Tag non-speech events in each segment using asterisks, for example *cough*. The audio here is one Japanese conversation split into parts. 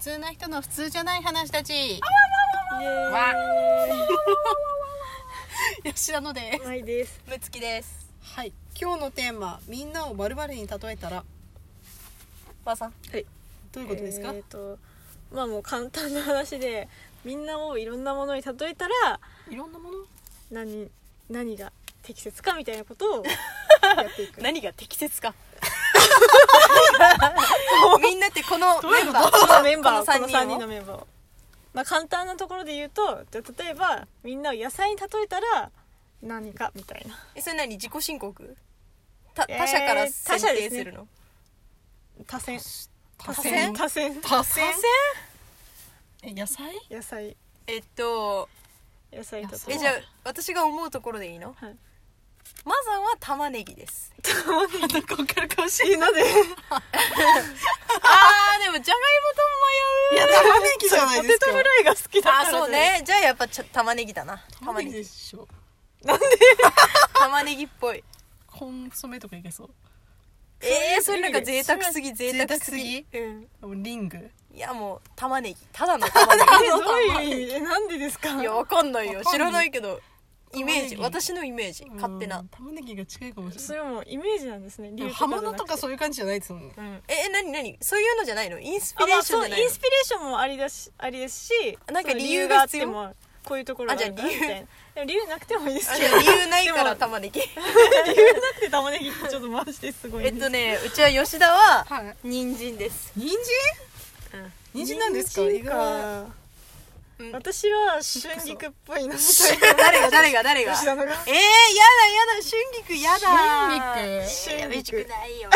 通な人の普通じゃない話たちわ吉田のでーいですむつきですすはい今日のテーマみんなを丸々に例えたらばあさんどういうことですか、えーとまあもう簡単な話でみんなをいろんなものに例えたらいろんなもの何何が適切かみたいなことをやっていく何が適切か *laughs* みんなってこのメンバーこのメンバーをここのの3 3人を人のメンバーを、まあ、簡単なところで言うとじゃあ例えばみんなを野菜に例えたら何かみたいなえそれ何自己申告たえー他者から選他者で定すねするの多選多選多選多選え野菜野菜えっと野菜例野菜 *laughs* ええばじゃあ私が思うところでいいのはいマザンは玉ねぎですなんか分かるかもしれえなんであーでもじゃないいやがいもとも迷う玉ねぎじゃないポですテかトフライが好きだからあーそうねじゃあやっぱちゃ玉ねぎだな玉ねぎ *laughs* でしょ玉ねぎっぽいコンソメとかいけそうえー、それなんか贅沢すぎ贅沢すぎ贅うんでもリングいやもう玉ねぎただの玉ねえどういう意味えなんでですかぎい *laughs* やわかんないよわかんない知らないけどイメー玉ジねぎ私のイメージ勝手なうん玉ねぎが近いかもしそれれはもうイメージなんですねない理で由も刃物とかうそういう感じじゃないですもんねうんええなになにそういうのじゃないのインスイピンスピレレーーシショョンンじゃないのもありだしありですしなんかその理由があっ必て要もこういうところがあるからあみじゃあたいなでも理由なくてもいいですあけじゃどあ理由ないかでらも玉ねぎ理由なくて玉ねぎってちょっとマジですごいえねっとねうちは吉田ははい人参です人参人参なんですか人意参外かうん私は春菊っぽいなみたいな *laughs* 誰が誰が誰 *laughs* が吉田 *laughs* のがえー、やだやだ春菊やだ春菊えー美味しくないよ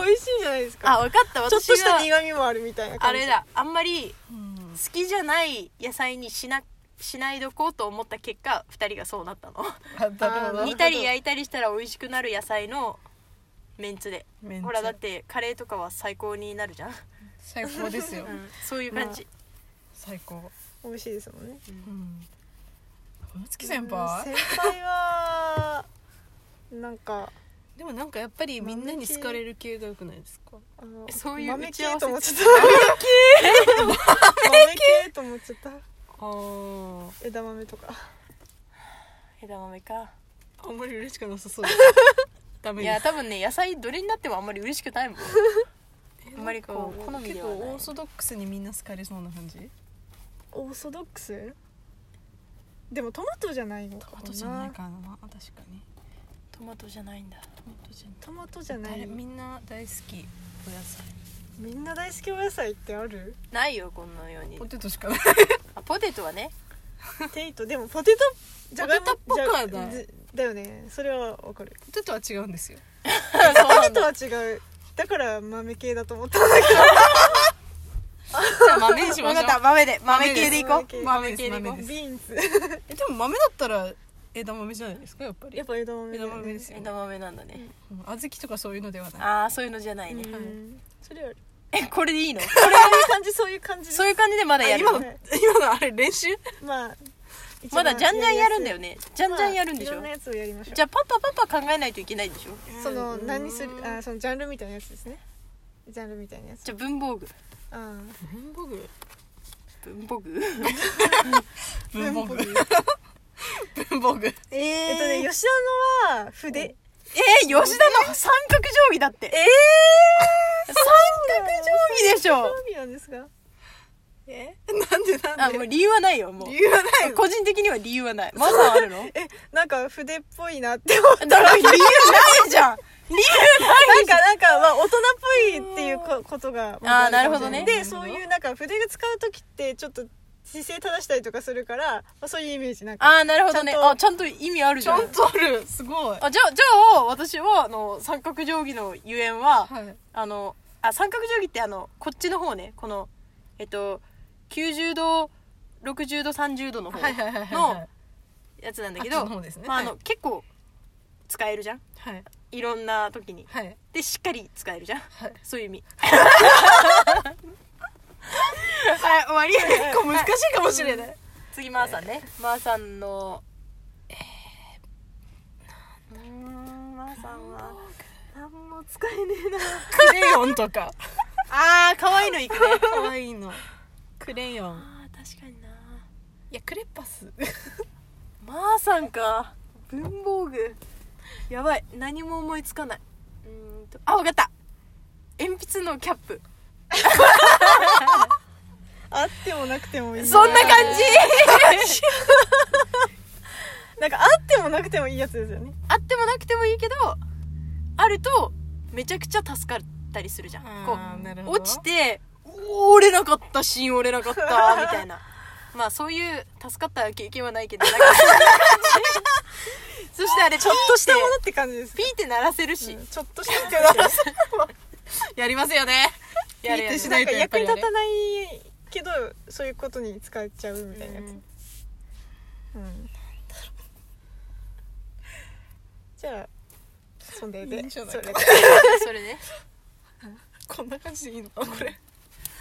え美味しいじゃないですかあ分かったちょっ私としたは苦味もあるみたいなあ感じれだあんまりうん好きじゃない野菜にしなしないどこうと思った結果2人がそうなったのあなるほどあ煮たり焼いたりしたら美味しくなる野菜のメンツでメンチほらだってカレーとかは最高になるじゃん、最高ですよそういう感じ、最高美味しいですもんねうん小月先輩先輩はなんかでもなんかやっぱりみんなに好かれる系が良くないですかあのそういう豆打ち系合わせと思っちゃった豆系と思っちゃったあー枝豆とか枝豆かあんまり嬉しくなさそうです *laughs* ダメいでやす多分ね野菜どれになってもあんまり嬉しくないもんあんまりこう好み結で構はないオーソドックスにみんな好かれそうな感じオーソドックスでもトマトじゃないのかトなマトじゃないかな確かにトマトじゃないんだトマトじゃトマトじゃなないいみんな大好きお野菜みんな大好きお野菜ってあるないよこんなようにポテトしかないあポテトはねテイトでもポテトじゃがいもポテトっぽくはないじゃずだよねそれはわかるポテトは違うんですよポテトは違うだから豆系だと思ったんだけじゃあ豆に *laughs* しま分しかょった豆で豆系でいこ豆う系豆系でいこ豆うですどビーンズうえでも豆だったら枝豆じゃないですかやっぱりやっぱ枝豆枝だよね豆ですよね枝豆なんだね、うん小豆とかそういうのではないああそういうのじゃないね、うはいんそれよりえこれでいいのこれそういう感じそういう感じですそういう感じでまだやる今のの今のあれ練習まあ一ま番だじゃんじゃんやるんだよねねじゃんじゃんやるんでしいょろんなやつをやりましょうじゃあパパパパ考えないといけないんでしょそのうん何するあそのジャンルみたいなやつですねジャンルみたいなやつじゃあ文房具うん文房具文房具文房具文 *laughs* 文房具 *laughs* ええっとえね吉田のは筆えー、吉田の三角定規だってええ *laughs* 三角定規でしょ興味なんですがえなんでなあんでもう理由はないよもう理由はない個人的には理由はないマザーあるのえなんか筆っぽいなって思った *laughs* だから理由ないじゃん *laughs* 理由ないなんじゃかんなんかまあ大人っぽいっていうこことがあーなるほどねでそういうなんか筆使う時ってちょっと姿勢正したりとかするから、まあ、そういうイメージなんかああなるほどねちゃんとあちゃんと意味あるじちゃゃんんとあるすごいあじゃあじゃあ私はあの三角定規のゆえんは、はいあのあ三角定規ってあのこっちの方ねこのえっと90度60度30度の方はいはいはいはいのやつなんだけど、あっちの方ですねまああの、は結構使えるじゃんはいいろんな時にはい *laughs* でしっかり使えるじゃんはいそういう意味はい終わり結構難しいかもしれない次マーさんねマーさんのえー、なんだマーさんは何も使えねえなクレヨンとかあー可愛いのいくね可愛いのクレヨンあー確かにないやクレパ *laughs* スまーさんか文房具やばい何も思いつかないうーんとあわかった鉛筆のキャップあってもなくてもいいそんな感 *laughs* じなんかあってもなくてもいいやつですよねあってもなくてもいいけどあるとめちゃくちゃ助かったりするじゃんこあーなるうほど落ちておー折れなかった芯折れなかったみたいな *laughs* まあそういう助かった経験はないけど *laughs* なんかそんな感じそしてあれちょっとしたももののって感じですピーって鳴らせるし、うんちょっとしたやつですよやりますよねやるやピーってるしなんかやっぱ役にりあ立れたないけどそういうことに使っちゃうみたいなやつ、うん、じゃあそれでいいんじゃないそれでそれねこんな感じでいいのかこれ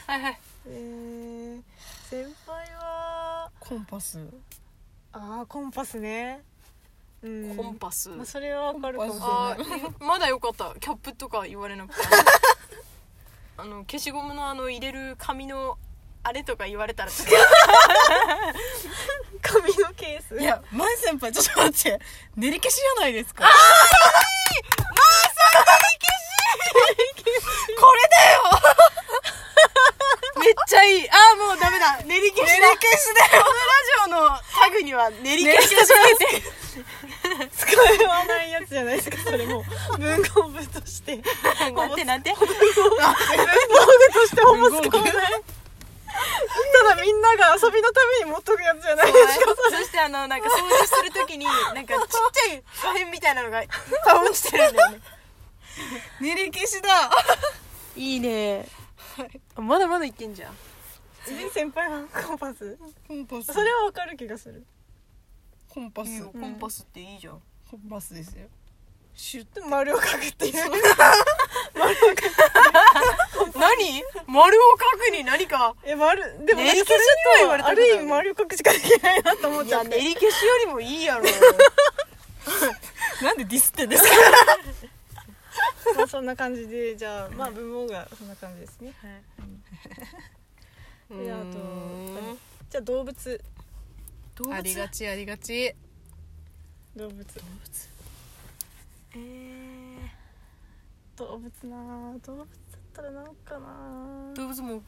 はいはいえー、先輩はコンパスああコンパスねうんコンパス、まあ、それはわかるかもしれあないーまだよかったキャップとか言われなくて *laughs* あの消しゴムのあの入れる紙のあれとか言われたらちょっと髪のケースいや前先輩ちょっと待って練り消しじゃないですかこれだよめっちゃいいああもうダメだ練り消しだ練り消しだよこのラジオのタグには練り消しとし使わないやつじゃないですかそれもう文房具としててなんてなん *laughs* て文房具としてほぼ使わないただみんなが遊びのために持っとくやつじゃないですかそしてあのなんか掃除するときになんかちっちゃい破片みたいなのがいっぱい落ちてるんだよね練り消しだいいねまだまだいけんじゃん次先輩はコンパスコンパスそれはわかる気がするコンパスコンパスっていいじゃんコンパスですよシュッて丸を描くっていう何丸を書くに何かえ丸でも練り消しそれにはとは言われたあことないる意味丸を描くしかできないなと思っいちゃやっ練てり消しよりもいいやろなんでディスってんですかまあそんな感じでじゃあまあ文房具はそんな感じですねうであとーんじゃあ動物動ありがちありがち動物えー動物なあ動物だったらなんかなあ動物も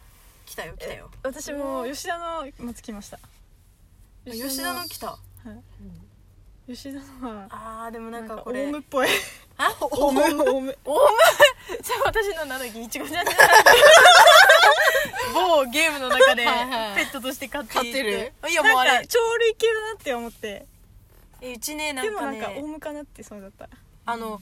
来たよ来たよ私も吉田のもつきましたあ吉田の来た吉田のはあーでもななんんかかこオれウムっぽいあオウムオウムオウムじゃあ私のなんだっけいちごちゃんじゃない某ゲームの中ではいはいペットとして飼ってい飼っていやもうなあんれか鳥類系だなって思ってえうちねなんでもかなんかオウねムかなってそうだったあの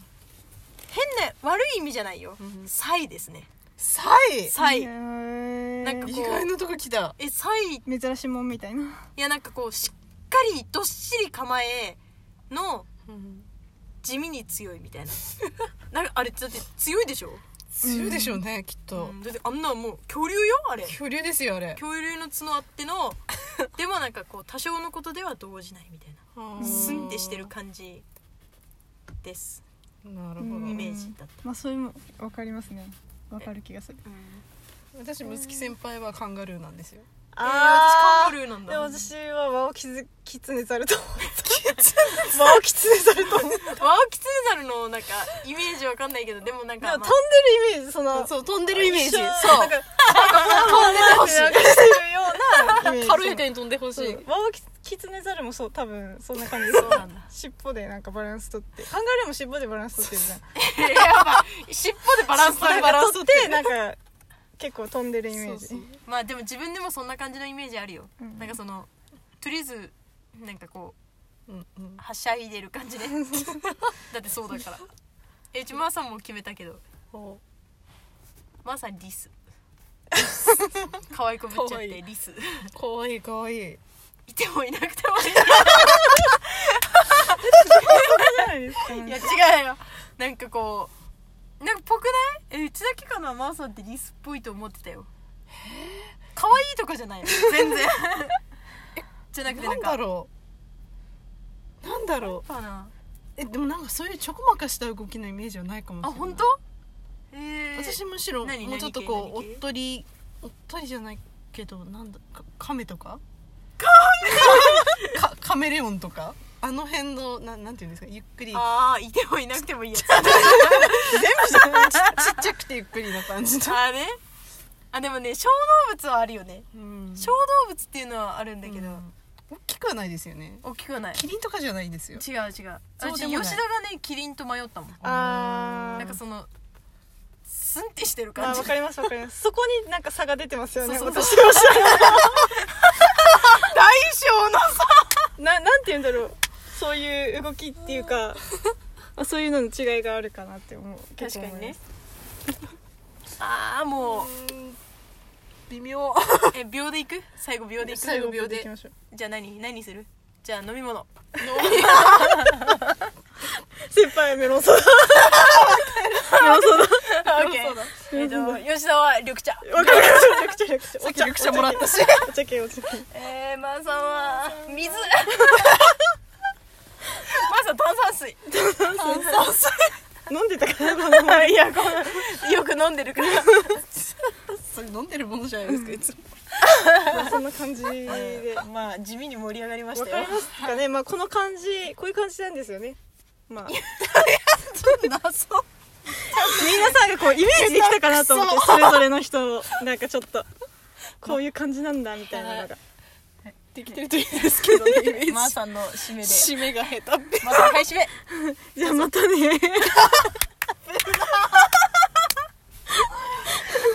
変な悪い意味じゃないよんサイですねサイサイへーなんか意外なとこ来たえサイ珍しいもんみたいないやなんかこうしっかりどっしり構えの地味に強いみ *laughs* たいななんかあれだって強いでしょ、強いでしょうねきっとだってあんなもう恐竜よ *laughs* あれ恐竜ですよあれ恐竜の角あってのでもなんかこう多少のことでは動じないみたいなスンってしてる感じですなるほうイんどメージだった、まあそういうもわかりますねわかる気がする私息子先輩はカンガルーなんですよえー、私カーンガルーなんでもだ私はワオキツキツネザルと思ったワオキツネザルと思ったワオキツネザルのなんかイメージわかんないけどでもなんでもか、飛んまあでるイメージそのそう飛んでるイメージ一そう緒なんか飛んでてほしいなんかしてるようなイメージ軽やかに飛んでほしそういワオキキツネザルもそう多分そんな感じでそうなんだ尻尾でなんかバランス取ってカンガルーも尻尾でバランス取ってるじゃんやっぱ尻尾でバランス取るバランス取ってなんか結構飛んでるイメージそうまあでも自分でもそんな感じのイメージあるよ、うんなんかそのとりあえずなんかこううんうんはしゃいでる感じ *laughs* でだってそうだからえうちまーさんも決めたけどほまーさん *laughs* リス可愛い子ぶっちゃってリスうかわいいかわいいいてもいなくてもじゃないですかいいいや違うよなんかこうなんかぽくないえうちだけかなまーさんってリスっぽいと思ってたよ可愛いとかじゃないよ全然じゃなくてななんんかだろうなんだろうかなえでもなんかそういうちょこまかした動きのイメージはないかもしあれない本当えー私むしろも何うちょっとこうお何系何系っとりおっとりじゃないけどなんだか亀とかカメカメレオンとかあの辺のななんていうんですかゆっくりちああいてもいなくてもいいや *laughs* つちっちゃくてゆっくりな感じの、あーねあでもね小動物はあるよねうん、小動物っていうのはあるんだけど、大きくはないですよね大きくはないキリンとかじゃないですよ違う違うあうち吉田そうがでもないねキリンと迷ったもんあーなんかそのスンってしてるあ感じわかりますわかりますそこになんか差が出てますよねそうそう私は知らない大小の差ななんて言うんだろうそういう動きっていうかあそういうのの違いがあるかなって思う確かにね結 *laughs* ああもう微妙え秒でいく最後秒でいく構思後います秒でいきましょうじゃあ何何するじゃあ飲み物先輩メロンソーダ *laughs* あオッケーえっと吉田は緑茶わ *laughs* かりました緑 *laughs* 茶緑茶さっき緑茶もらったしお茶系お茶系えー、マーさんは水 *laughs* マーさん炭酸水飲んでたかなこの前いやこのよく飲んでるから *laughs* それ飲んでるものじゃないですかいつもそんな感じでわまあ地味に盛り上がりましかりたよますかねまあこの感じこういう感じなんですよねまあ謎皆さんがこうイメージできたかなと思ってそれぞれの人をなんかちょっとこういう感じなんだみたいなのができてるといいですけどねイメージマーさんの締めで締めが下手っぺマーさんはい締めじゃあまたね